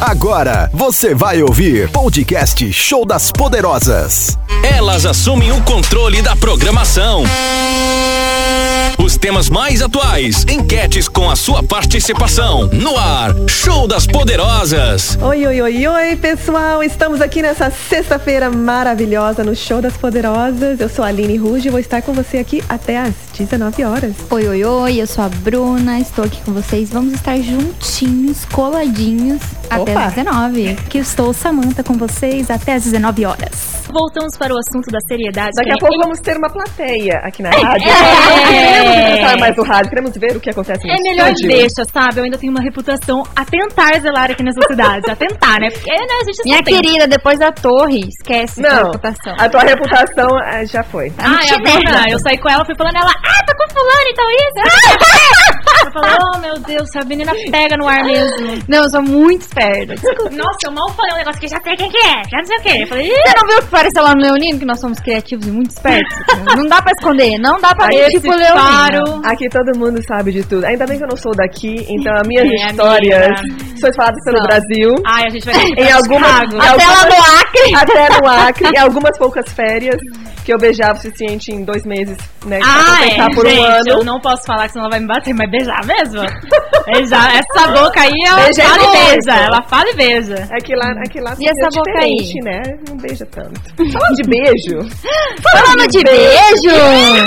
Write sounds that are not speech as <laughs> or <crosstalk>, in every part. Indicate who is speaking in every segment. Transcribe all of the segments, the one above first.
Speaker 1: Agora você vai ouvir podcast Show das Poderosas.
Speaker 2: Elas assumem o controle da programação. Os temas mais atuais, enquetes com a sua participação. No ar, Show das Poderosas.
Speaker 3: Oi, oi, oi, oi, pessoal! Estamos aqui nessa sexta-feira maravilhosa no Show das Poderosas. Eu sou a Aline Ruge e vou estar com você aqui até às 19 horas.
Speaker 4: Oi, oi, oi, eu sou a Bruna, estou aqui com vocês. Vamos estar juntinhos, coladinhos, até
Speaker 3: Opa!
Speaker 4: as 19.
Speaker 5: que eu estou Samanta com vocês até às 19 horas.
Speaker 6: Voltamos para o assunto da seriedade.
Speaker 3: Daqui
Speaker 6: que
Speaker 3: a
Speaker 6: é
Speaker 3: pouco vamos ter uma plateia aqui na rádio. Não queremos dançar mais o rádio, queremos ver o que acontece no
Speaker 6: É melhor
Speaker 3: estúdio.
Speaker 6: deixa, sabe? Eu ainda tenho uma reputação a tentar zelar aqui nessa cidade. A tentar, né? Porque, né, a gente só
Speaker 4: Minha
Speaker 6: tem.
Speaker 4: querida, depois da torre, esquece a
Speaker 3: Não,
Speaker 4: reputação.
Speaker 3: a tua reputação eh, já foi.
Speaker 6: Ah, é a Bruna. Eu saí com ela, fui falando, ela, ah, tá com fulano, então isso. Eu falei, oh, meu Deus, a menina pega no ar mesmo.
Speaker 4: Não, eu sou muito esperta.
Speaker 6: Nossa, eu mal falei um negócio que já sei quem que é, já não sei o quê. Eu falei, "Ih,
Speaker 4: Você não viu o que pareceu lá no Leonino? Que nós somos criativos e muito <laughs> espertos. não dá pra esconder, não dá pra ver
Speaker 6: Esse
Speaker 4: tipo Leonino.
Speaker 6: faro.
Speaker 3: Aqui todo mundo sabe de tudo. Ainda bem que eu não sou daqui, então as minhas
Speaker 6: É,
Speaker 3: histórias são faladas pelo
Speaker 6: São.
Speaker 3: Brasil.
Speaker 6: Ai, a gente vai ter que ir
Speaker 3: Em
Speaker 6: pra
Speaker 3: algumas-
Speaker 6: Chicago.
Speaker 3: Ah,
Speaker 4: Até lá no Acre.
Speaker 3: <laughs> Até no Acre, e algumas poucas férias que eu beijava o suficiente em dois meses, né? pra
Speaker 6: Ah, é,
Speaker 3: compensar por um
Speaker 6: gente, eu
Speaker 3: ano.
Speaker 6: não posso falar que senão ela vai me bater, mas beijar mesmo? beijar, essa boca aí, ela
Speaker 3: Beija
Speaker 6: fala
Speaker 3: muito.
Speaker 6: e beija, ela fala e beija.
Speaker 3: É que lá, é que lá
Speaker 4: E essa
Speaker 3: é
Speaker 4: boca aí?
Speaker 3: diferente, né? Não beija tanto. Falando de
Speaker 4: <laughs>
Speaker 3: beijo,
Speaker 4: Tá Falando de beijo.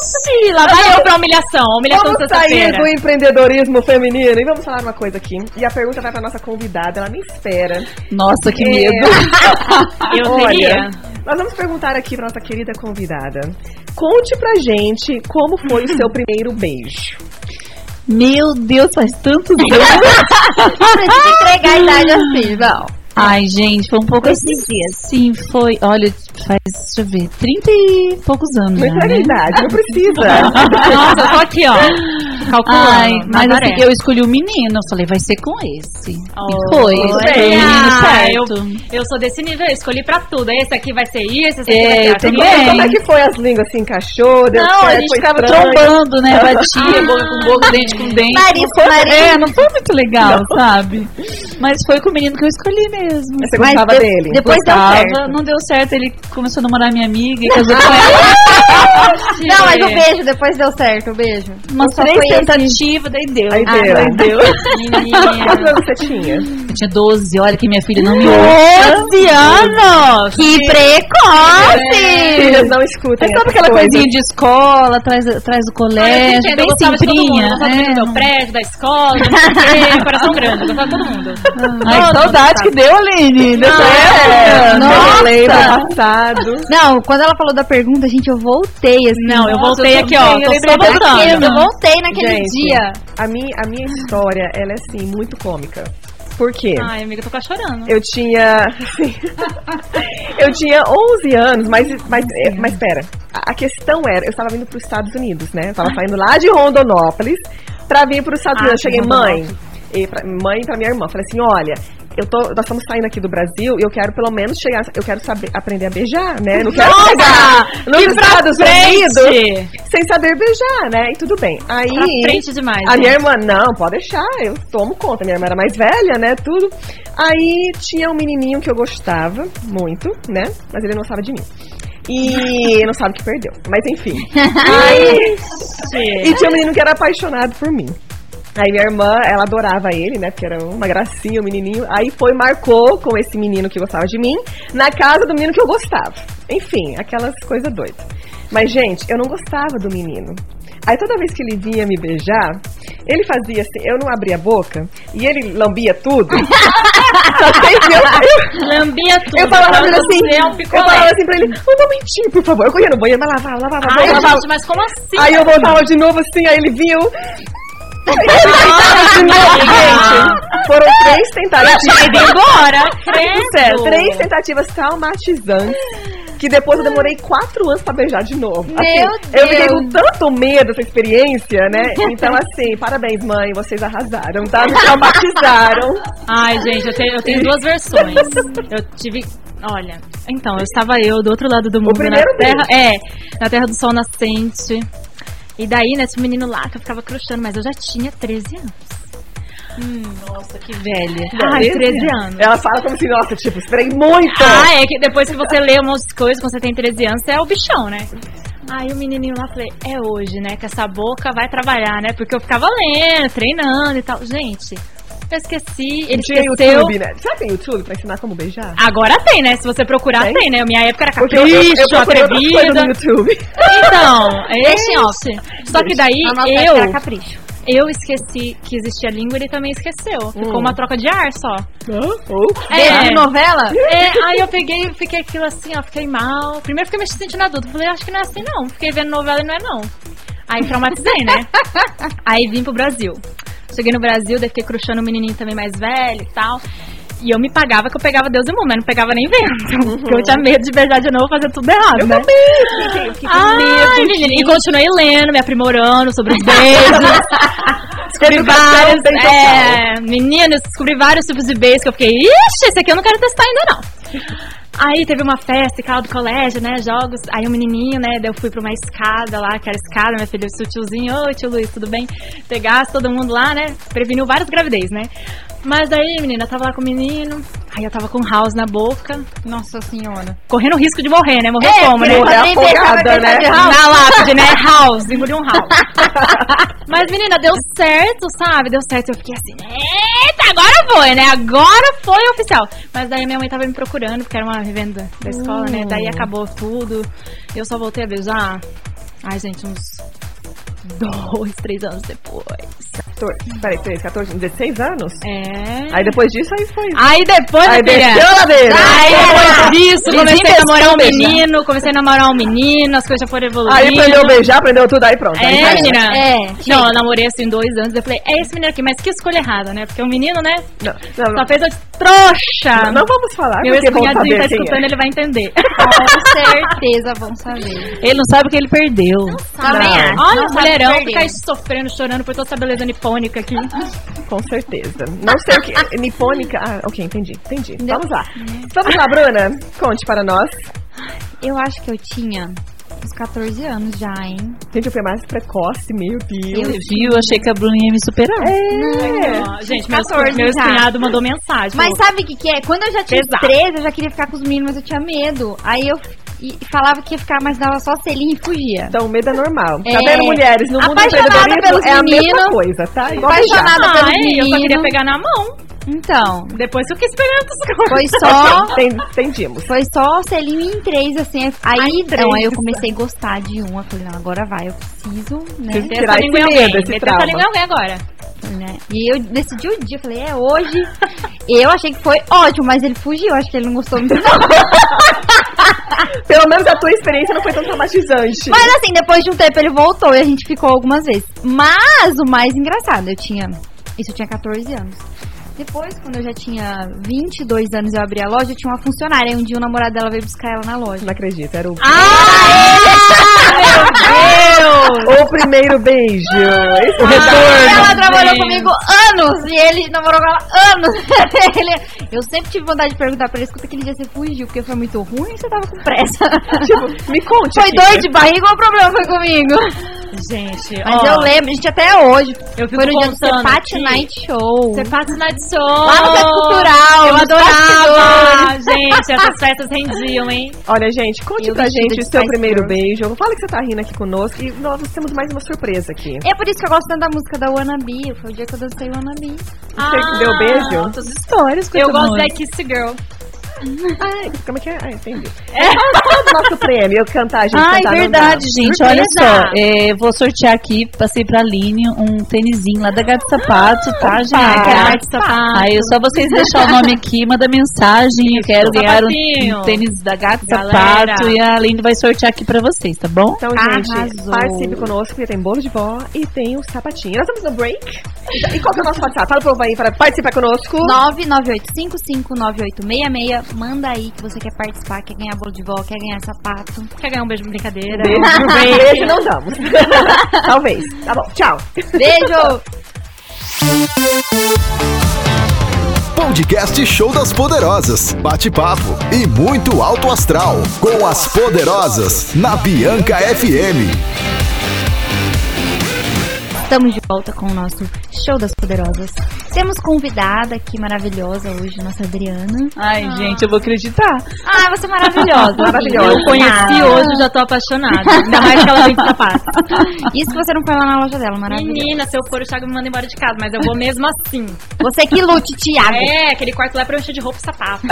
Speaker 6: Ixi, lá vai eu pra humilhação,
Speaker 4: é
Speaker 6: humilhação
Speaker 3: vamos sair
Speaker 6: sexta-feira.
Speaker 3: do empreendedorismo feminino e vamos falar uma coisa aqui. E a pergunta vai pra nossa convidada, ela me espera.
Speaker 4: Nossa, que
Speaker 6: Eu
Speaker 3: Olha,
Speaker 6: teria.
Speaker 3: <laughs> nós vamos perguntar aqui pra nossa querida convidada. Conte pra gente como foi o
Speaker 4: <laughs>
Speaker 3: seu primeiro beijo.
Speaker 7: Meu Deus, faz tantos
Speaker 4: <laughs>
Speaker 7: anos.
Speaker 4: Precisa entregar a idade assim, não.
Speaker 7: Ai, gente, foi um pouco esses dias. Sim, foi. Olha, faz, deixa eu ver, 30 e poucos anos.
Speaker 3: Não
Speaker 7: já,
Speaker 3: entrega a
Speaker 7: né?
Speaker 3: idade, não
Speaker 4: <laughs>
Speaker 3: precisa.
Speaker 6: <laughs> Nossa, eu tô aqui, ó. Calculando.
Speaker 4: Ah,
Speaker 7: Ai, mas
Speaker 6: Nazaré.
Speaker 7: assim, eu escolhi o menino. Eu falei, vai ser com esse.
Speaker 6: Olha,
Speaker 7: e foi. Escolhi o menino
Speaker 6: Ah, eu,
Speaker 7: certo.
Speaker 6: eu sou desse nível, eu escolhi pra tudo. Esse aqui vai ser isso, esse aqui
Speaker 7: É, eu
Speaker 6: vai ser aquilo.
Speaker 7: também.
Speaker 3: Como é que foi as línguas? Se encaixou? Deu
Speaker 7: Não,
Speaker 3: certo?
Speaker 7: a gente
Speaker 3: foi
Speaker 7: ficava
Speaker 3: estranho?
Speaker 7: trombando, né? Batia, boca com boca, dente com dente.
Speaker 4: Nariz com
Speaker 7: Não foi-
Speaker 4: nariz.
Speaker 7: É, não foi muito legal, sabe? Mas foi com o menino que eu escolhi mesmo.
Speaker 3: Mas você gostava
Speaker 4: de-
Speaker 3: dele?
Speaker 4: depois deu
Speaker 7: Gostava,
Speaker 4: certo.
Speaker 7: Não deu certo, ele começou a namorar minha amiga e casou com ela. É,
Speaker 4: Não, mas o beijo depois deu certo, o beijo.
Speaker 7: Umas
Speaker 4: Só
Speaker 7: três
Speaker 4: foi esse.
Speaker 7: tentativas, daí deu.
Speaker 3: Aí deu.
Speaker 7: daí deu.
Speaker 6: Menina.
Speaker 3: Quantos anos você tinha?
Speaker 7: Eu tinha 12, olha que minha filha não me ouve.
Speaker 4: 12 anos! Que precoce!
Speaker 7: É.
Speaker 3: Filhas não escutem.
Speaker 7: Mas sabe
Speaker 3: essas
Speaker 7: aquela
Speaker 3: coisas.
Speaker 7: coisinha de escola, atrás, atrás do
Speaker 6: Ai, eu
Speaker 7: colégio,
Speaker 6: te entendo, eu
Speaker 7: bem
Speaker 6: gostava de todo mundo,
Speaker 7: simplinha.
Speaker 6: eu gostava
Speaker 7: né?
Speaker 6: do meu prédio, da escola, do não sei
Speaker 7: <laughs>
Speaker 6: o quê, coração grande, eu gostava de todo mundo.
Speaker 7: Ai, que saudade que deu, Aline. Deu
Speaker 3: É,
Speaker 7: certo.
Speaker 4: Nossa!
Speaker 3: Eu lembro do passado.
Speaker 4: Não, quando ela falou da pergunta, gente, eu voltei assim.
Speaker 6: Não, eu
Speaker 7: Nossa,
Speaker 6: voltei
Speaker 7: eu
Speaker 6: aqui, ó,
Speaker 7: também, eu
Speaker 6: tô
Speaker 7: lembrei
Speaker 6: só
Speaker 7: dessa
Speaker 6: voltando.
Speaker 7: cena.
Speaker 4: eu voltei naquele
Speaker 3: Gente.
Speaker 4: dia.
Speaker 3: A minha, a minha história, ela é assim, muito cômica. Por quê?
Speaker 6: Ai, amiga, eu tô quase chorando.
Speaker 3: Eu tinha.
Speaker 6: <laughs>
Speaker 3: assim, eu tinha 11 anos, mas, mas, é, mas pera. A a questão era, eu estava vindo para os Estados Unidos, né? Eu estava saindo lá de Rondonópolis para vir para os Estados
Speaker 6: Ah,
Speaker 3: Unidos. Eu
Speaker 6: de
Speaker 3: cheguei, mãe, e pra, mãe para minha irmã. Falei assim: olha, eu tô, nós estamos saindo aqui do Brasil e eu quero pelo menos chegar, eu quero saber, aprender a beijar, né? Não quero chegar nos Estados
Speaker 7: É
Speaker 3: Unidos sem saber beijar, né? E tudo bem. Aí.
Speaker 6: Pra frente demais.
Speaker 3: A
Speaker 6: né?
Speaker 3: minha irmã, não, pode deixar, eu tomo conta. Minha irmã era mais velha, né? Tudo. Aí tinha um menininho que eu gostava muito, né? Mas ele não sabe de mim. E não sabe que perdeu. Mas enfim. Aí, e tinha um menino que era apaixonado por mim. Aí minha irmã, ela adorava ele, né? Porque era uma gracinha, o menininho. Aí foi, marcou com esse menino que gostava de mim, na casa do menino que eu gostava. Enfim, aquelas coisas doidas. Mas, gente, eu não gostava do menino. Aí toda vez que ele vinha me beijar, ele fazia assim, eu não abria a boca, e ele lambia tudo. Só sei que eu- eu-
Speaker 6: Lambia tudo.
Speaker 3: eu falava pra ele
Speaker 6: falava, "Você é
Speaker 3: assim,
Speaker 6: um
Speaker 3: eu
Speaker 6: picolé."
Speaker 3: falava assim pra ele, um momentinho, por favor. Eu corria no banheiro, vai lavar, lavar, lavar,
Speaker 6: Ai,
Speaker 3: lavar.
Speaker 6: gente, mas como assim?
Speaker 3: Aí eu voltava de novo assim, aí ele vinha eu... Ele tentava de novo,
Speaker 6: Ah,
Speaker 3: gente. Foram três tentativas.
Speaker 6: Agora,
Speaker 3: Sério,
Speaker 6: credo.
Speaker 3: três tentativas traumatizantes. Que depois eu demorei quatro anos pra beijar de novo. Assim,
Speaker 4: Meu
Speaker 3: eu fiquei
Speaker 4: Deus.
Speaker 3: com tanto medo dessa experiência, né? Então, assim, parabéns, mãe, vocês arrasaram, tá? Me traumatizaram.
Speaker 6: Ai, gente, eu tenho, eu tenho duas versões. Eu tive. Olha, então, eu estava eu do outro lado do mundo, na
Speaker 3: primeiro
Speaker 6: terra. É, na terra do sol um nascente. E daí, né, esse menino lá que eu ficava crushando, mas eu já tinha 13 anos.
Speaker 7: Nossa, que velha.
Speaker 6: Ai, 13 anos.
Speaker 3: Ela fala como se, nossa, tipo, esperei muito.
Speaker 6: Ah, é que depois que você lê umas coisas, quando você tem 13 anos, você é o bichão, né? Aí o menininho lá falei, é hoje, né? Que essa boca vai trabalhar, né? Porque eu ficava lendo, treinando e tal. Gente, eu esqueci, ele
Speaker 3: Não tinha
Speaker 6: esqueceu.
Speaker 3: YouTube, né? Será que tem YouTube pra ensinar como beijar?
Speaker 6: Agora tem, né? Se você procurar, tem,
Speaker 3: Tem?
Speaker 6: né? Minha época era
Speaker 3: Porque eu- eu-
Speaker 6: capricho,
Speaker 3: eu procurei outras coisas
Speaker 6: atrevida.
Speaker 3: no YouTube. <laughs>
Speaker 6: Então, é esse off. Só que daí
Speaker 5: A nossa época era
Speaker 6: eu,
Speaker 5: capricho.
Speaker 6: eu esqueci que existia língua e ele também esqueceu. Ficou
Speaker 3: Hum.
Speaker 6: uma troca de ar só.
Speaker 3: Hã? Ou-
Speaker 5: Beijo de novela?
Speaker 6: É, aí eu peguei, fiquei aquilo assim, ó, fiquei mal. Primeiro fiquei me sentindo adulto, falei, acho que não é assim não. Fiquei vendo novela e não é não. Aí traumatizei, né? Aí vim pro Brasil. Cheguei no Brasil, daí fiquei crushando um menininho também mais velho e tal. E eu me pagava que eu pegava Deus e mundo, mas não pegava nem vento. Porque eu tinha medo de beijar de novo, fazer tudo errado, né? Ai, menina, e continuei lendo, me aprimorando sobre os beijos. descobri vários. É, meninas, descobri vários tipos de beijos que eu fiquei, ixi, esse aqui eu não quero testar ainda não. Aí teve uma festa, cara do colégio, né? Jogos. Aí um menininho, né? daí Eu fui pra uma escada lá, aquela escada, minha filha, o tiozinho, ô tio Luiz, tudo bem? Pegasse todo mundo lá, né? Preveniu várias gravidez, né? Mas daí, menina, eu tava lá com o menino, aí eu tava com um house na boca,
Speaker 5: Nossa senhora.
Speaker 6: correndo o risco de morrer, né?
Speaker 4: É,
Speaker 6: Morrer como,
Speaker 5: porque
Speaker 6: né?
Speaker 3: Morrer
Speaker 5: também beijava
Speaker 3: afogada,
Speaker 5: quem tá
Speaker 3: né?
Speaker 5: de house.
Speaker 6: É Na lápide, <laughs> né? House, engoliu um house. <laughs> Mas, menina, deu certo, sabe? Deu certo. Eu fiquei assim, eita, agora foi, né? Agora foi oficial. Mas daí minha mãe tava me procurando, porque era uma revenda da escola, né? Daí acabou tudo. Eu só voltei a beijar. Ai, gente, uns dois, três anos depois.
Speaker 3: 14, Peraí, 13, 14, 16 anos?
Speaker 6: É.
Speaker 3: Aí depois disso, aí foi.
Speaker 6: Aí depois,
Speaker 3: Aí
Speaker 6: Ah, minha filha, Ah,
Speaker 3: desceu a ladeira.
Speaker 6: Aí depois disso, comecei a
Speaker 3: Vizinho
Speaker 6: namorar um
Speaker 3: beijando.
Speaker 6: menino, comecei a namorar um menino, as coisas já foram evoluindo.
Speaker 3: Aí aprendeu a beijar, aprendeu tudo, aí pronto. aí
Speaker 6: É,
Speaker 3: vai, né?
Speaker 6: menina.
Speaker 5: É,
Speaker 6: Não, eu namorei assim dois anos. Eu falei, é esse menino aqui, mas que escolha errada, né? Porque o menino, né?
Speaker 3: Não, não,
Speaker 6: Só
Speaker 3: não,
Speaker 6: fez eu de trouxa.
Speaker 3: não, não vamos falar,
Speaker 6: Meu
Speaker 3: porque vamos
Speaker 6: ex-cunhadinho tá
Speaker 3: saber quem
Speaker 6: escutando,
Speaker 3: é.
Speaker 6: ele vai entender.
Speaker 5: Com certeza vão saber.
Speaker 7: <laughs> Ele não sabe o que ele perdeu.
Speaker 5: Também acho.
Speaker 6: Olha,
Speaker 5: Não
Speaker 6: o
Speaker 5: sabe
Speaker 6: mulherão
Speaker 5: perder.
Speaker 6: fica aí sofrendo, chorando por toda essa beleza nipônica aqui.
Speaker 3: Com certeza. Não sei o
Speaker 6: <laughs>
Speaker 3: que. Nipônica. Ah, ok, entendi, entendi. Vamos lá. Vamos lá, Bruna. Conte para nós.
Speaker 4: Eu acho que eu tinha uns 14 anos já, hein?
Speaker 3: Gente, eu fui mais precoce, meu Deus.
Speaker 7: Viu? Achei que a Bruna ia me superar.
Speaker 3: É.
Speaker 6: Ó, gente, meu,
Speaker 5: 14
Speaker 6: meu
Speaker 5: já.
Speaker 6: cunhado mandou mensagem.
Speaker 4: Mas
Speaker 6: falou,
Speaker 4: sabe o que, que é? Quando eu já tinha
Speaker 6: Pesado.
Speaker 4: 13, eu já queria ficar com os meninos, mas eu tinha medo. Aí eu f- e falava que ia ficar, mas dava só selinho e fugia.
Speaker 3: Então, o medo é normal. Tá
Speaker 4: É.
Speaker 3: vendo, mulheres? No mundo do
Speaker 4: Apaixonada
Speaker 3: empreendedorismo
Speaker 4: pelos
Speaker 3: é a mesma
Speaker 4: meninos.
Speaker 3: coisa, tá? Igual beijar.
Speaker 4: Apaixonada pelos
Speaker 6: Ai, eu só queria
Speaker 4: meninos.
Speaker 6: pegar na mão.
Speaker 4: Então,
Speaker 6: Depois eu quis pegar
Speaker 4: <laughs>
Speaker 6: outras coisas.
Speaker 4: foi só.
Speaker 3: Enten- Entendimos.
Speaker 4: Foi só selinho em três, assim. Aí,
Speaker 3: três.
Speaker 4: não, aí eu comecei a gostar de um. Eu falei, não, agora vai, eu preciso, né?
Speaker 3: Preciso
Speaker 6: Testa
Speaker 3: tirar
Speaker 6: a
Speaker 3: esse
Speaker 6: língua em
Speaker 3: medo,
Speaker 6: alguém.
Speaker 3: esse
Speaker 6: Testa a língua em
Speaker 3: trauma.
Speaker 6: alguém agora.
Speaker 4: né? E eu decidi o dia, eu falei, é hoje. eu achei que foi ótimo, mas ele fugiu, acho que ele não gostou muito. não.
Speaker 3: Pelo menos a tua experiência não foi tão traumatizante.
Speaker 4: Mas assim, depois de um tempo ele voltou e a gente ficou algumas vezes. Mas o mais engraçado, eu tinha. Isso eu tinha 14 anos. Depois, quando eu já tinha 22 anos e eu abri a loja, eu tinha uma funcionária. E um dia o namorado dela veio buscar ela na loja.
Speaker 3: Não acredito, era o,
Speaker 6: Meu!
Speaker 3: o primeiro beijo. é Esse
Speaker 4: Ah, ela
Speaker 6: gente.
Speaker 4: trabalhou comigo anos e ele namorou com ela anos. <laughs> Ele- eu sempre tive vontade de perguntar pra ele: escuta, aquele dia você fugiu porque foi muito ruim e você tava com pressa? <laughs>
Speaker 3: Tipo, me conte.
Speaker 4: foi
Speaker 3: aqui.
Speaker 4: dor de barriga ou o problema foi comigo?
Speaker 6: Gente,
Speaker 4: Mas
Speaker 6: ó,
Speaker 4: eu lembro, gente, até hoje.
Speaker 6: eu fico
Speaker 4: Foi no dia do
Speaker 6: contando
Speaker 4: Cepat
Speaker 6: aqui.
Speaker 4: Night Show.
Speaker 6: Cepate Night Show.
Speaker 4: Lá no Centro Cultural,
Speaker 6: Eu
Speaker 4: nos
Speaker 6: adorava. Gente, essas festas rendiam, hein?
Speaker 3: Olha, gente, conte
Speaker 4: Eu
Speaker 3: pra
Speaker 4: vestida
Speaker 3: gente o
Speaker 4: de
Speaker 3: seu
Speaker 4: Spice
Speaker 3: primeiro
Speaker 4: Girls.
Speaker 3: beijo. Fala que você tá rindo aqui conosco. E nós temos mais uma surpresa aqui.
Speaker 4: É por isso que eu gosto tanto da música da Wannabe. Foi o dia que eu dancei Wannabe.
Speaker 3: Você que
Speaker 6: Ah,
Speaker 3: deu beijo?
Speaker 6: outras
Speaker 7: Histórias
Speaker 6: Eu gosto da Kiss Girl.
Speaker 3: Ai, como é que é? Ah, entendi. Qual qual é o nosso prêmio? Eu cantar, a gente
Speaker 7: Ai,
Speaker 3: cantar, não
Speaker 7: verdade,
Speaker 3: dá.
Speaker 7: gente.
Speaker 6: tá Surpresa!
Speaker 7: Olha só. é, vou sortear aqui, passei pra Aline um tênisinho lá da Gato Sapato, tá, gente?
Speaker 6: Caraca, sapato.
Speaker 7: Aí só vocês deixar o nome aqui, manda mensagem. Eu quero ganhar
Speaker 6: Sapatinho.
Speaker 7: um tênis da Gato
Speaker 6: Galera.
Speaker 7: Sapato e a Aline vai sortear aqui pra vocês, tá bom?
Speaker 3: Então, gente,
Speaker 4: Arrasou.
Speaker 3: participe conosco, porque tem bolo de vó e tem o sapatinho. Nós estamos no break. E qual que é o nosso WhatsApp? Fala pro povo aí para participar conosco.
Speaker 4: 998559866. Manda aí que você quer participar, quer ganhar bolo de vó, quer ganhar sapato.
Speaker 6: Quer ganhar um beijo de brincadeira?
Speaker 3: Beijo, <laughs> beijo, não damos. Talvez. Tá bom, tchau.
Speaker 4: <laughs> Beijo!
Speaker 1: Podcast Show das Poderosas. Bate-papo e muito alto astral. Com as Poderosas, na Bianca FM.
Speaker 4: Estamos de volta com o nosso Show das Poderosas. Se Temos convidada aqui maravilhosa hoje, nossa Adriana.
Speaker 7: Ai, gente, eu vou acreditar.
Speaker 4: Ah, você é
Speaker 8: <laughs>
Speaker 4: maravilhosa.
Speaker 3: Maravilhosa.
Speaker 4: Eu
Speaker 6: Conheci
Speaker 4: hoje.
Speaker 6: hoje, já tô apaixonada. Ainda mais que ela vem de sapato.
Speaker 4: Isso você não foi lá na loja dela, maravilhosa.
Speaker 6: Menina, se eu for, o Thiago me manda embora de casa, mas eu vou mesmo assim.
Speaker 4: Você que lute, Thiago.
Speaker 6: É, aquele quarto lá é pra eu encher de roupa e sapato.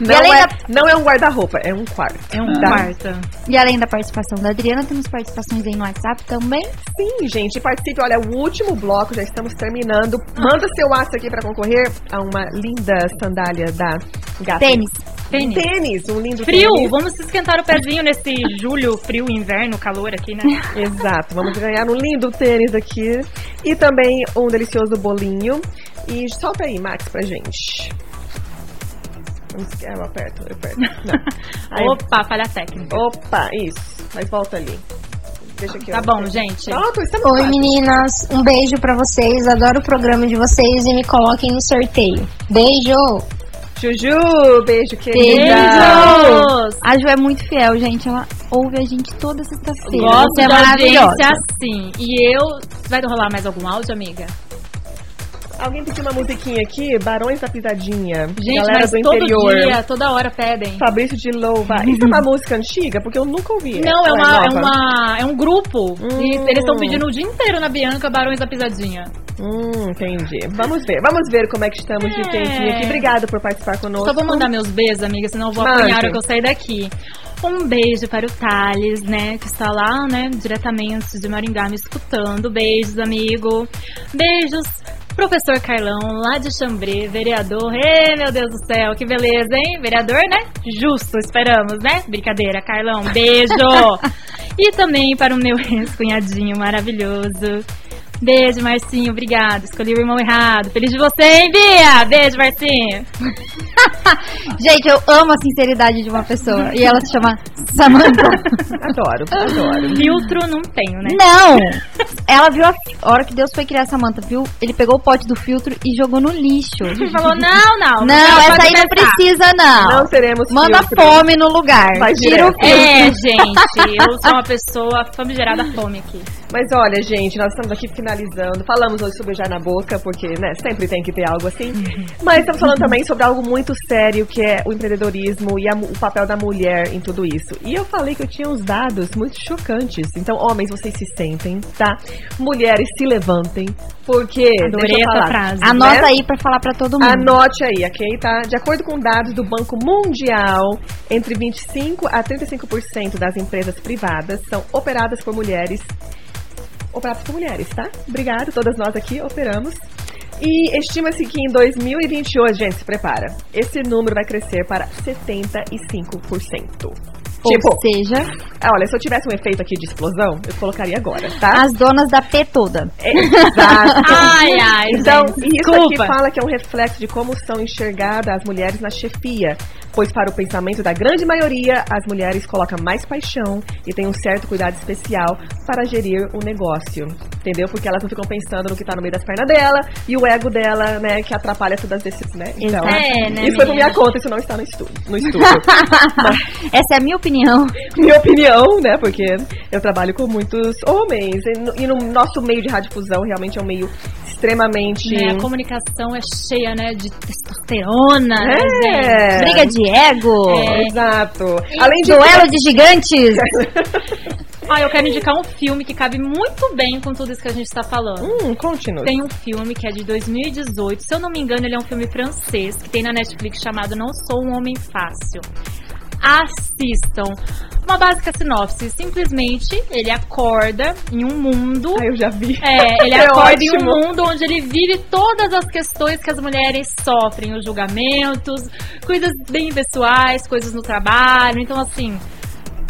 Speaker 3: Não,
Speaker 4: além
Speaker 3: é,
Speaker 4: da-
Speaker 3: não é um guarda-roupa, é um quarto.
Speaker 6: É um
Speaker 3: Tá.
Speaker 6: quarto.
Speaker 4: E além da participação da Adriana, temos participações aí no WhatsApp também.
Speaker 3: Sim, gente, participe. Olha, o último bloco, já estamos terminando. Manda seu WhatsApp aqui pra concorrer a uma linda sandália da
Speaker 8: Tá
Speaker 3: Gata.
Speaker 4: Tênis.
Speaker 6: Tênis.
Speaker 3: Tênis, um lindo
Speaker 6: Frio,
Speaker 3: tênis.
Speaker 6: vamos esquentar o pezinho nesse julho, frio, inverno, calor aqui, né?
Speaker 3: Exato, vamos ganhar um lindo tênis aqui. E também um delicioso bolinho. E solta aí, Max, pra gente. Vamos, ah, eu aperto, eu aperto. Não. Aí-
Speaker 6: Opa, falha técnica.
Speaker 3: opa, isso. Mas volta ali. Deixa aqui.
Speaker 6: Tá
Speaker 3: ó.
Speaker 6: bom, gente.
Speaker 3: Pronto, estamos
Speaker 8: Oi,
Speaker 3: lá.
Speaker 8: meninas. Um beijo pra vocês. Adoro o programa de vocês e me coloquem no sorteio. Beijo!
Speaker 3: Juju, beijo, querida.
Speaker 6: Beijos!
Speaker 4: A Ju é muito fiel, gente. Ela ouve a gente toda sexta-feira.
Speaker 6: Gosto
Speaker 4: Você é
Speaker 6: da audiência
Speaker 4: maravilhosa.
Speaker 6: assim. E eu... Vai rolar mais algum áudio, amiga?
Speaker 3: Alguém pediu uma musiquinha aqui, Barões da Pisadinha.
Speaker 6: Gente,
Speaker 3: galera
Speaker 6: mas
Speaker 3: do
Speaker 6: todo
Speaker 3: interior.
Speaker 6: dia, toda hora É pedem.
Speaker 3: Fabrício de Louva. Isso é
Speaker 6: <laughs>
Speaker 3: uma música antiga? Porque eu nunca ouvi.
Speaker 6: Não, é
Speaker 3: Ou
Speaker 6: uma, é,
Speaker 3: nova?
Speaker 6: uma, é um grupo. E
Speaker 3: Hum.
Speaker 6: eles estão pedindo o dia inteiro na Bianca Barões da Pisadinha.
Speaker 3: Hum, entendi. Vamos ver. Vamos ver como é que estamos de
Speaker 6: É.
Speaker 3: tempinho aqui. Obrigada por participar conosco.
Speaker 6: Só vou mandar meus beijos, amiga, senão eu vou
Speaker 3: Mande.
Speaker 6: apanhar a hora que eu sair daqui. Um beijo para o Thales, né, que está lá, né, diretamente de Maringá me escutando. Beijos, amigo. Beijos, professor Carlão, lá de Xambrê, vereador. Ê, meu Deus do céu, que beleza, hein? Vereador, né? Justo, esperamos, né? Brincadeira, Carlão, beijo. e também para o meu ex-cunhadinho maravilhoso. Beijo, Marcinho, obrigado. Escolhi o irmão errado. Feliz de você, hein, Bia? Beijo, Marcinho.
Speaker 4: Gente, eu amo a sinceridade de uma pessoa. E ela se chama
Speaker 3: <laughs>
Speaker 4: Samantha.
Speaker 3: Adoro,
Speaker 6: Ah.
Speaker 3: adoro.
Speaker 6: Filtro não tenho, né?
Speaker 4: Não! Ela viu a a hora que Deus foi criar a Samantha, viu? Ele pegou o pote do filtro e jogou
Speaker 3: <laughs>
Speaker 4: no lixo.
Speaker 6: Ele falou, não, não.
Speaker 4: Não,
Speaker 6: você
Speaker 4: essa
Speaker 6: pode
Speaker 4: aí não
Speaker 6: pensar.
Speaker 4: precisa, não.
Speaker 3: Não teremos
Speaker 4: Manda
Speaker 3: filtro.
Speaker 4: fome no lugar.
Speaker 3: Vai
Speaker 4: Tira o
Speaker 3: direto.
Speaker 6: É, gente, eu
Speaker 4: <laughs>
Speaker 6: sou uma pessoa famigerada à fome aqui. né?
Speaker 3: Mas olha, gente, nós estamos aqui finalizando. Falamos hoje sobre beijar na boca, porque, né, sempre tem que ter algo assim.
Speaker 6: Uhum.
Speaker 3: Mas estamos falando também sobre algo muito sério, que é o empreendedorismo e a mu- o papel da mulher em tudo isso. E eu falei que eu tinha uns dados muito chocantes. Então, homens, vocês se sentem, tá? Mulheres, se levantem, porque...
Speaker 6: Adorei
Speaker 3: deixa eu
Speaker 6: essa
Speaker 3: falar.
Speaker 6: frase.
Speaker 4: Anota
Speaker 3: né?
Speaker 4: aí pra falar pra todo mundo.
Speaker 3: Anote aí, ok? Tá? De acordo com dados do Banco Mundial, entre 25 a 35% das empresas privadas são operadas por mulheres. Operadas por mulheres, tá? Obrigado, todas nós aqui operamos. E estima-se que em 2028, gente, se prepara, esse número vai crescer para 75%.
Speaker 4: Ou
Speaker 3: Tipo,
Speaker 4: seja,
Speaker 3: olha, se eu tivesse um efeito aqui de explosão, eu colocaria agora, tá?
Speaker 4: as donas da P toda.
Speaker 3: É, Exato.
Speaker 6: <laughs> Ai, ai,
Speaker 3: Então,
Speaker 6: gente,
Speaker 3: isso
Speaker 6: desculpa.
Speaker 3: aqui fala que é um reflexo de como são enxergadas as mulheres na chefia, pois para o pensamento da grande maioria, as mulheres colocam mais paixão e têm um certo cuidado especial para gerir o negócio, entendeu? Porque elas não ficam pensando no que tá no meio das pernas dela e o ego dela, né, que atrapalha todas as decisões, né? Então,
Speaker 6: É, né,
Speaker 3: isso foi por
Speaker 6: menina?
Speaker 3: minha conta, isso não está no estudo.
Speaker 6: <laughs>
Speaker 3: No estudo.
Speaker 4: Essa é a minha opinião.
Speaker 3: minha opinião, né? Porque eu trabalho com muitos homens e no, e no nosso meio de radiodifusão realmente é um meio extremamente
Speaker 6: Né, a comunicação é cheia, né, de testosterona, né, gente?
Speaker 3: É.
Speaker 4: Briga de ego.
Speaker 6: É.
Speaker 3: Exato. Além de é
Speaker 4: Duelo de gigantes.
Speaker 6: Ah, eu quero indicar um filme que cabe muito bem com tudo isso que a gente tá falando.
Speaker 3: Hum, continua.
Speaker 6: Tem um filme que é de 2018, se eu não me engano, ele é um filme francês que tem na Netflix chamado Não Sou um Homem Fácil. Assistam. Uma básica sinopse, simplesmente ele acorda em um mundo.
Speaker 3: Ah, eu já vi.
Speaker 6: É, ele
Speaker 3: É
Speaker 6: acorda em um
Speaker 3: ótimo.
Speaker 6: mundo onde ele vive todas as questões que as mulheres sofrem, os julgamentos, coisas bem pessoais, coisas no trabalho. Então, assim,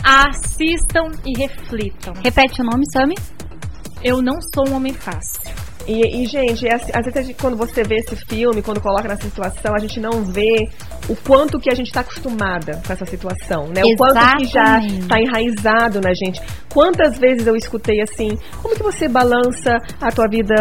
Speaker 6: assistam e reflitam.
Speaker 4: Repete o nome, Sammy.
Speaker 6: Eu não sou um homem fácil.
Speaker 3: E, e, gente, é assim, às vezes a gente- quando você vê esse filme, quando coloca na situação, a gente não vê o quanto que a gente está acostumada com essa situação, né? O quanto que já
Speaker 4: Exatamente.
Speaker 3: tá enraizado na gente. Quantas vezes eu escutei assim, como que você balança a tua vida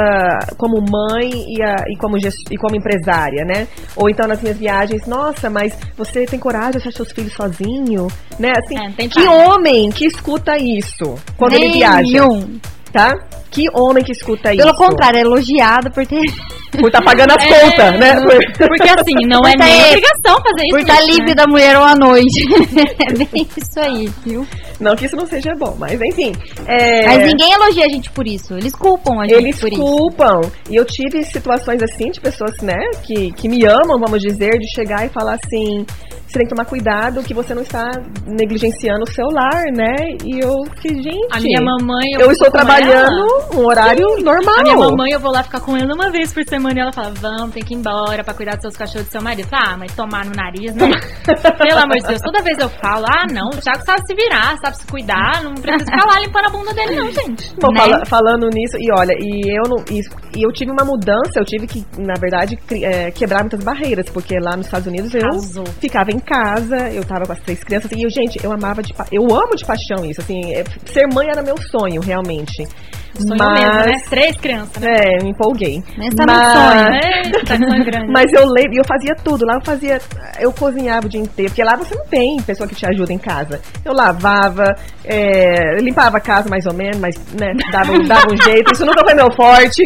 Speaker 3: como mãe e, a- e como, ges- e como empresária, né? Ou então nas minhas viagens, nossa, mas você tem coragem de achar seus filhos sozinho, né? Assim,
Speaker 6: É, não tem
Speaker 3: que
Speaker 6: pai.
Speaker 3: homem que escuta isso quando ele viaja?
Speaker 4: Nenhum.
Speaker 3: tá? Que homem que escuta isso?
Speaker 4: Pelo contrário, é elogiado por ter.
Speaker 3: Por tá pagando as
Speaker 6: É,
Speaker 3: contas, né? <laughs> Por-
Speaker 6: Porque
Speaker 7: <laughs>
Speaker 6: assim, não é
Speaker 4: Porque
Speaker 6: nem
Speaker 4: é-
Speaker 6: obrigação fazer isso.
Speaker 4: por estar
Speaker 6: né?
Speaker 4: livre da mulher uma noite. <laughs> é bem isso aí, viu?
Speaker 3: Não que isso não seja bom, mas enfim. é,
Speaker 4: Mas ninguém elogia a gente por isso. Eles culpam a gente
Speaker 3: Eles
Speaker 4: por isso.
Speaker 3: culpam. E eu tive situações assim de pessoas, né, que, que me amam, vamos dizer, de chegar e falar assim: você tem que tomar cuidado que você não está negligenciando o seu lar, né? E eu fiquei, gente.
Speaker 6: A minha mamãe. é
Speaker 3: eu estou
Speaker 6: fico com
Speaker 3: trabalhando
Speaker 6: ela.
Speaker 3: um horário normal.
Speaker 6: A minha mamãe, eu vou lá ficar com ela uma vez por semana e ela fala: Vamos, tem que ir embora pra cuidar dos seus cachorros e do seu marido. Eu falo, Ah, mas tomar no nariz, né?
Speaker 3: <laughs>
Speaker 6: Pelo amor de Deus, toda vez eu falo: Ah, não, o Thiago sabe se virar, sabe se cuidar, não precisa ficar lá limpando a bunda dele, não, gente.
Speaker 3: Bom,
Speaker 4: né?
Speaker 3: fala- falando nisso, e olha, e eu não. E, e eu tive uma mudança, eu tive que, na verdade, cri- eh, quebrar muitas barreiras, porque lá nos Estados Unidos eu
Speaker 6: Arrasou.
Speaker 3: ficava em casa, eu tava com as três crianças, e eu, gente, eu amava de pa- Eu amo de paixão isso, assim, é, ser mãe era meu sonho, realmente.
Speaker 6: Sonho
Speaker 3: mas,
Speaker 6: mesmo, né? Três crianças, né? tá
Speaker 3: É, me empolguei.
Speaker 4: Nessa
Speaker 3: Mas-
Speaker 4: missão, né?
Speaker 6: Eita, que sonho
Speaker 7: <laughs>
Speaker 6: grande.
Speaker 3: Mas eu lembro, e eu fazia tudo. Lá eu fazia. Eu cozinhava o dia inteiro, porque lá você não tem pessoa que te ajuda em casa. Eu lavava, é, limpava a casa mais ou menos, mas né, dava, um- dava um
Speaker 6: <laughs>
Speaker 3: jeito. Isso nunca foi meu forte.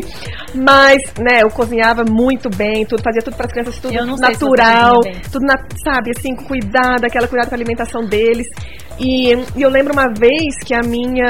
Speaker 3: Mas, né, eu cozinhava muito bem, tudo, fazia tudo para as crianças, tudo
Speaker 6: Eu não sei se eu
Speaker 3: natural,
Speaker 6: cozinho bem.
Speaker 3: tudo, na, sabe, assim, com cuidado, aquela cuidado com a alimentação deles. E, e eu lembro uma vez que a minha,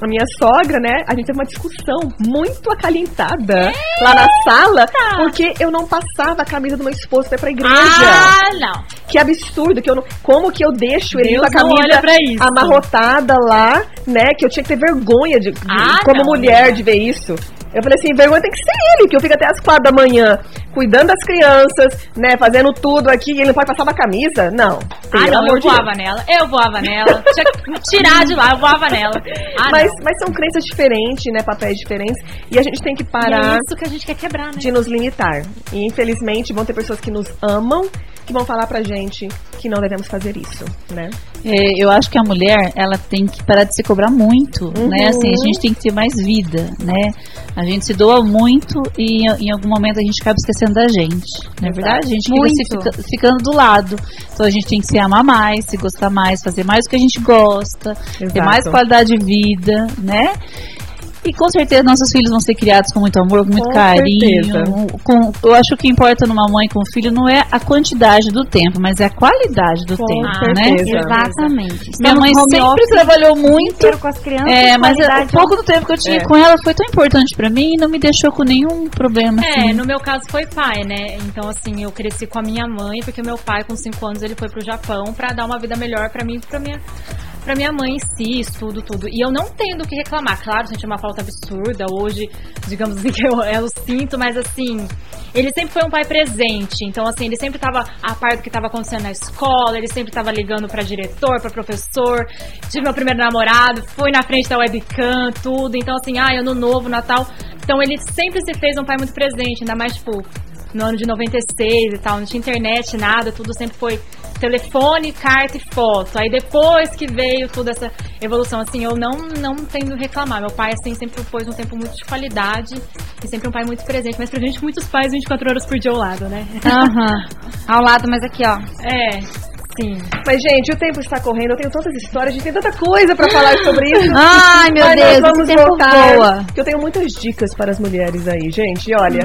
Speaker 3: a minha sogra, né, a gente teve uma discussão muito acalentada lá na sala, porque eu não passava a camisa do meu esposo pra ir pra igreja.
Speaker 6: Ah, não.
Speaker 3: Que absurdo, que eu não, como que eu deixo ele
Speaker 6: Deus
Speaker 3: com a
Speaker 6: não
Speaker 3: camisa
Speaker 6: olha pra isso.
Speaker 3: amarrotada lá, né, que eu tinha que ter vergonha de, de-
Speaker 6: Ah,
Speaker 3: como
Speaker 6: não,
Speaker 3: mulher
Speaker 6: amiga.
Speaker 3: de ver isso. Eu falei assim, vergonha tem que ser ele, que eu fico até as quatro da manhã cuidando das crianças, né, fazendo tudo aqui, e ele não pode passar uma camisa? Não.
Speaker 6: Ah,
Speaker 3: Pelo
Speaker 6: não,
Speaker 3: amor
Speaker 6: eu
Speaker 3: de Deus.
Speaker 6: voava nela, eu voava nela. Tinha que tirar de lá, eu voava nela. Ah,
Speaker 3: Mas,
Speaker 6: não.
Speaker 3: mas são crenças diferentes, né? Papéis diferentes. E a gente tem que
Speaker 6: E
Speaker 3: parar
Speaker 6: é isso que a gente quer quebrar, né?
Speaker 3: de nos limitar. E infelizmente vão ter pessoas que nos amam que vão falar pra gente que não devemos fazer isso, né?
Speaker 7: É, eu acho que a mulher, ela tem que parar de se cobrar muito,
Speaker 3: Uhum.
Speaker 7: né? Assim, a gente tem que ter mais vida, né? A gente se doa muito e em- em algum momento a gente acaba esquecendo da gente, não é verdade? A gente fica, se
Speaker 4: Muito.
Speaker 7: fica- ficando do lado. Então a gente tem que se amar mais, se gostar mais, fazer mais o que a gente gosta, ter
Speaker 3: Exato.
Speaker 7: mais qualidade de vida, né? E com certeza nossos filhos vão ser criados com muito amor, com muito
Speaker 3: Com
Speaker 7: carinho.
Speaker 3: certeza.
Speaker 7: com- eu acho que o que importa numa mãe com filho não é a quantidade do tempo, mas é a qualidade do
Speaker 3: Com
Speaker 7: tempo, né?
Speaker 3: certeza.
Speaker 4: Exatamente.
Speaker 7: Minha mãe
Speaker 4: Estamos home
Speaker 7: sempre
Speaker 4: office
Speaker 7: trabalhou
Speaker 4: o dia
Speaker 7: muito.
Speaker 4: inteiro com as crianças.
Speaker 7: É, mas o
Speaker 4: qualidade
Speaker 7: pouco do tempo que eu tinha
Speaker 3: É.
Speaker 7: com ela foi tão importante pra mim e não me deixou com nenhum problema.
Speaker 6: É,
Speaker 7: Assim.
Speaker 6: no meu caso foi pai, né? Então, assim, eu cresci com a minha mãe, porque meu pai, com 5 anos, ele foi pro Japão pra dar uma vida melhor pra mim e pra minha, pra minha mãe em si, estudo, tudo. E eu não tenho do que reclamar. Claro, senti uma falta absurda. Hoje, digamos assim, <laughs> que eu, eu sinto, mas assim, ele sempre foi um pai presente. Então, assim, ele sempre tava a par do que tava acontecendo na escola, ele sempre tava ligando pra diretor, pra professor. Tive meu primeiro namorado, fui na frente da webcam, tudo. Então, assim, ah, ano novo, Natal. Então, ele sempre se fez um pai muito presente, ainda mais, tipo, no ano de 96 e tal, não tinha internet, nada, tudo sempre foi telefone, carta e foto. Aí depois que veio toda essa evolução, assim, eu não, não tendo reclamar. Meu pai, assim, sempre pôs um tempo muito de qualidade e sempre um pai muito presente. Mas pra gente, muitos pais 24 horas por dia ao lado, né?
Speaker 4: Aham.
Speaker 6: <laughs>
Speaker 4: Ao lado, mas aqui, ó.
Speaker 6: É, sim.
Speaker 3: Mas, gente, o tempo está correndo, eu tenho tantas histórias, a gente tem tanta coisa pra falar sobre isso.
Speaker 7: <laughs>
Speaker 4: Ai, meu
Speaker 3: Mas
Speaker 4: Deus,
Speaker 3: nós
Speaker 4: o
Speaker 3: vamos
Speaker 4: tempo
Speaker 3: voltar,
Speaker 4: voa.
Speaker 3: que eu tenho muitas dicas para as mulheres aí, gente, olha.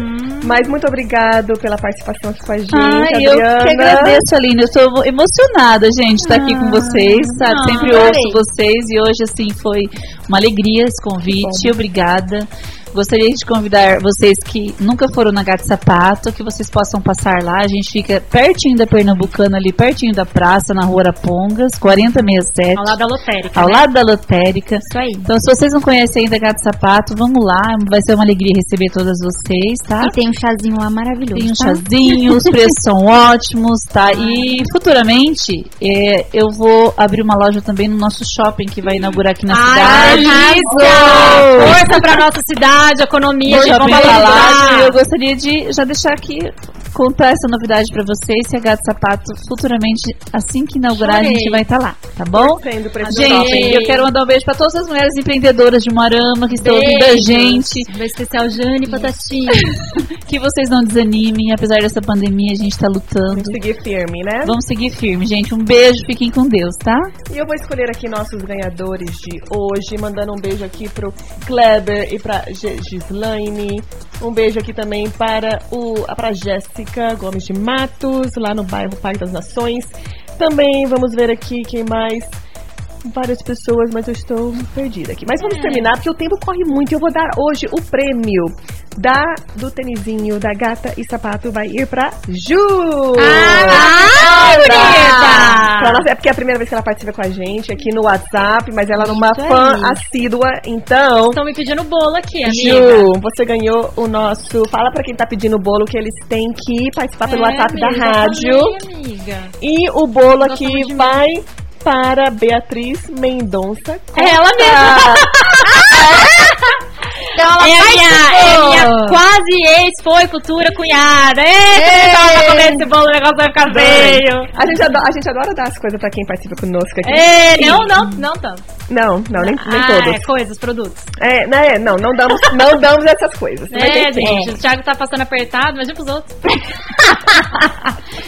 Speaker 3: Mas muito obrigado pela participação aqui com a gente,
Speaker 7: Ai, eu
Speaker 3: Adriana.
Speaker 7: que agradeço, Aline. Eu tô emocionada, gente, estar aqui com vocês, sabe?
Speaker 6: Ah, não,
Speaker 7: Sempre
Speaker 6: adorei.
Speaker 7: ouço vocês e hoje, assim, foi uma alegria esse convite. Obrigada. Gostaria de convidar vocês que nunca foram na Gato Sapato, que vocês possam passar lá. A gente fica pertinho da Pernambucana, ali pertinho da praça, na Rua Arapongas, 4067.
Speaker 6: Ao lado da lotérica. né?
Speaker 7: ao lado da lotérica. Então, se vocês não conhecem ainda Gato Sapato, vamos lá. Vai ser uma alegria receber todas vocês, tá?
Speaker 4: E tem um chazinho lá maravilhoso.
Speaker 7: Tem um
Speaker 4: tá?
Speaker 7: chazinho, os preços são ótimos, tá? E futuramente é, eu vou abrir uma loja também no nosso shopping que vai inaugurar aqui na
Speaker 6: Ai,
Speaker 7: cidade.
Speaker 6: arrasa! Força pra nossa cidade, economia,
Speaker 7: Vou
Speaker 6: gente,
Speaker 7: já
Speaker 6: vamos
Speaker 7: bem falado, e eu
Speaker 6: valorizar.
Speaker 7: gostaria de já deixar aqui contar essa novidade pra vocês, se a Gato Sapato futuramente assim que inaugurar a
Speaker 6: Chorei.
Speaker 7: gente vai estar lá. tá bom?
Speaker 3: Sendo pra esse
Speaker 7: Gente,
Speaker 3: shopping.
Speaker 7: eu quero mandar um beijo pra todas as mulheres empreendedoras de Moarama que estão ouvindo a
Speaker 6: Beijos.
Speaker 7: gente.
Speaker 6: Vai especial Jane Patatinha.
Speaker 7: Que vocês não desanimem, apesar dessa pandemia, a gente tá lutando.
Speaker 3: seguir firme, né?
Speaker 7: Vamos seguir firme, gente. Um beijo, fiquem com Deus, tá?
Speaker 3: E eu vou escolher aqui nossos ganhadores de hoje, mandando um beijo aqui pro Kleber e pra G Gislaine. Um beijo aqui também para o a- pra Jéssica Gomes de Matos, lá no bairro Parque das Nações. Também vamos ver aqui quem mais. Várias pessoas, mas eu estou perdida aqui. Mas vamos
Speaker 4: É.
Speaker 3: terminar, porque o tempo corre muito. Eu vou dar hoje o prêmio da do tenizinho da gata e sapato vai ir pra Ju!
Speaker 4: Ah, bonita!
Speaker 3: Pra nossa- é porque é a primeira vez que ela participa com a gente aqui no WhatsApp, mas ela é uma fã assídua. Então,
Speaker 6: Estão me pedindo bolo aqui, amiga. É
Speaker 3: Ju, você ganhou o nosso. Fala pra quem tá pedindo o bolo que eles têm que participar pelo
Speaker 6: É,
Speaker 3: WhatsApp da
Speaker 6: amiga,
Speaker 3: rádio.
Speaker 6: falei, amiga.
Speaker 3: E o bolo
Speaker 6: Gosto muito
Speaker 3: aqui
Speaker 6: de
Speaker 3: vai para Beatriz Mendonça.
Speaker 6: É ela mesma.
Speaker 4: Então ela
Speaker 6: é, a minha, é a
Speaker 4: participou.
Speaker 6: minha quase ex, foi futura cunhada. Ei, como eu tava comendo esse bolo, o negócio vai ficar feio.
Speaker 3: A gente adora, a gente adora dar as coisas pra quem participa conosco aqui.
Speaker 6: Ei, não, não, não tanto.
Speaker 3: Não, não, nem, nem
Speaker 6: É. ah,
Speaker 3: todos.
Speaker 6: é, coisas, produtos.
Speaker 3: É, né, não, não damos, não damos essas coisas. Mas
Speaker 6: É,
Speaker 3: enfim.
Speaker 6: gente, o Thiago tá passando apertado, imagina pros outros.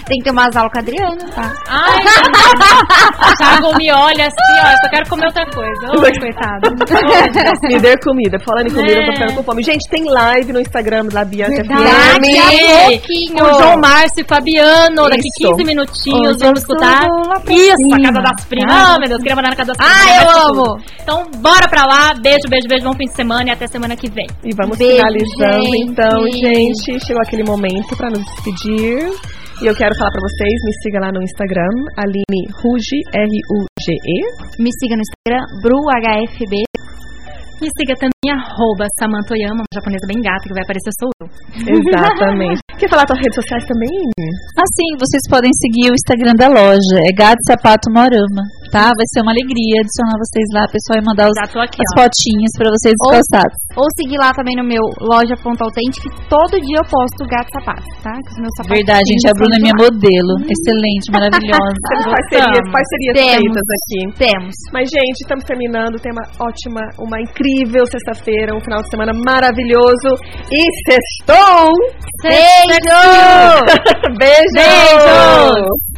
Speaker 4: Tem que ter umas aulas com a Adriana, tá?
Speaker 6: Ai, gente, <laughs> o Thiago me olha assim, ó, eu só quero comer outra coisa.
Speaker 3: <laughs>
Speaker 6: Ô, coitado.
Speaker 3: Me dê comida. Falando em comida, eu tô
Speaker 6: É.
Speaker 3: ficando com fome. Gente, tem live no Instagram da Bianca
Speaker 4: Verdade.
Speaker 3: FM.
Speaker 6: Daqui a
Speaker 4: um
Speaker 6: pouquinho. O João Márcio e Fabiano, daqui
Speaker 3: Isso.
Speaker 6: 15 minutinhos,
Speaker 4: Hoje eu
Speaker 6: vamos escutar.
Speaker 4: sou lá pra
Speaker 6: Isso,
Speaker 4: cima.
Speaker 6: a Casa das Primas. Ah, meu Deus, queria mandar na Casa das Primas.
Speaker 4: Ai,
Speaker 6: mas
Speaker 4: eu
Speaker 6: tá
Speaker 4: amo.
Speaker 6: tudo. Então, bora pra lá. Beijo, beijo, beijo. Bom fim de semana e até semana que vem.
Speaker 3: E vamos
Speaker 4: Beijo,
Speaker 3: finalizando
Speaker 4: gente.
Speaker 3: então, gente. Chegou aquele momento pra nos despedir. E eu quero falar pra vocês, me siga lá no Instagram, Aline Ruge,
Speaker 4: <laughs>
Speaker 3: R-U-G-E.
Speaker 4: Me siga no Instagram, BruHFB.
Speaker 6: Me siga também, arroba Samantoyama, uma japonesa bem gata que vai aparecer, sou eu.
Speaker 3: Exatamente. Quer falar tuas redes sociais também?
Speaker 7: Assim, vocês podem seguir o Instagram da loja, é Gato Sapato Morama, tá? Vai ser uma alegria adicionar vocês lá, pessoal, e mandar os,
Speaker 6: Já tô aqui,
Speaker 7: as
Speaker 6: ó.
Speaker 7: fotinhas pra vocês
Speaker 4: Ou-
Speaker 7: descansados.
Speaker 4: Ou seguir lá também no meu loja Ponto Autêntico, que todo dia eu posto gato sapato, tá? Que os meus sapatos.
Speaker 7: Verdade, gente, a Bruna é minha modelo. Excelente, maravilhosa.
Speaker 3: Temos parcerias, parcerias
Speaker 4: Temos.
Speaker 3: feitas aqui.
Speaker 4: Temos.
Speaker 3: Mas, gente, estamos terminando. Tem uma ótima, uma incrível sexta-feira, um final de semana maravilhoso. E sextou!
Speaker 4: Beijo!
Speaker 3: Beijo!
Speaker 4: Beijo!